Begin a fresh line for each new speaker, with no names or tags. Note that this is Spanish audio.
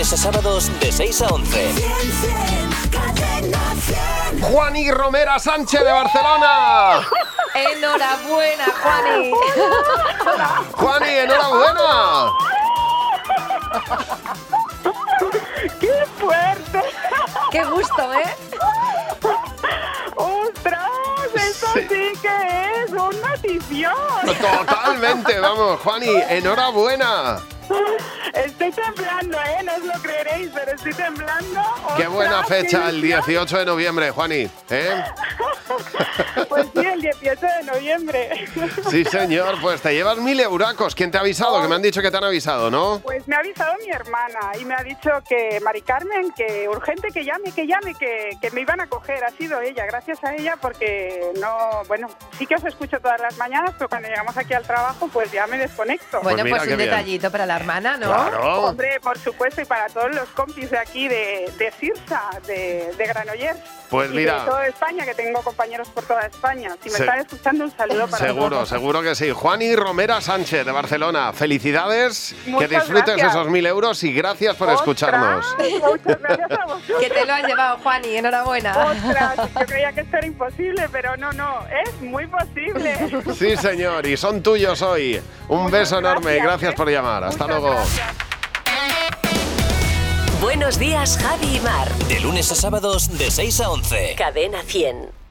a sábados de 6 a 11.
Juani Romera Sánchez de Barcelona.
Enhorabuena, Juani.
Juani, enhorabuena.
¡Qué fuerte!
Qué gusto, ¿eh?
¡Ostras! Esto
Sí.
sí, que es un notición.
Totalmente, vamos, Juani, enhorabuena.
Estoy temblando, ¿eh? No os lo creeréis, pero estoy temblando.
Qué
Ostras,
buena
qué
fecha, el
ilusión.
18 de noviembre, Juani. ¿eh?
Pues sí, el 18 de noviembre.
Sí, señor, pues te llevas mil euracos. ¿Quién te ha avisado? Que me han dicho que te han avisado, ¿no?
Pues me ha avisado mi hermana y me ha dicho que, Mari Carmen, que urgente que llame, que llame, que, que me iban a coger. Ha sido ella, gracias a ella, porque no. Bueno, sí que os escucho todas las mañanas, pero cuando llegamos aquí al trabajo, pues ya me desconecto.
Bueno,
mira
pues,
qué
un
bien.
detallito para la hermana, ¿no?
Claro.
Hombre, por supuesto, y para todos los compis de aquí, de, de Cirsa, de, de Granollers.
Pues
y
mira.
De toda España, que tengo compañeros por toda España. Si me
Se-
están escuchando, un saludo para
Seguro,
todos.
seguro que sí. Juani Romera Sánchez de Barcelona, felicidades,
Muchas
que disfrutes
gracias.
esos mil euros y gracias por escucharnos.
Ostras, Muchas gracias a vosotros.
Que te lo has llevado, Juani. Enhorabuena.
Ostras, yo creía que esto era imposible, pero no, no, es muy posible.
Sí, señor, y son tuyos hoy. Un
Muchas
beso enorme, gracias
¿eh?
por llamar. Hasta
Muchas
luego.
gracias.
Buenos días, Javi y Mar.
De lunes a sábados de 6 a 11.
Cadena 100.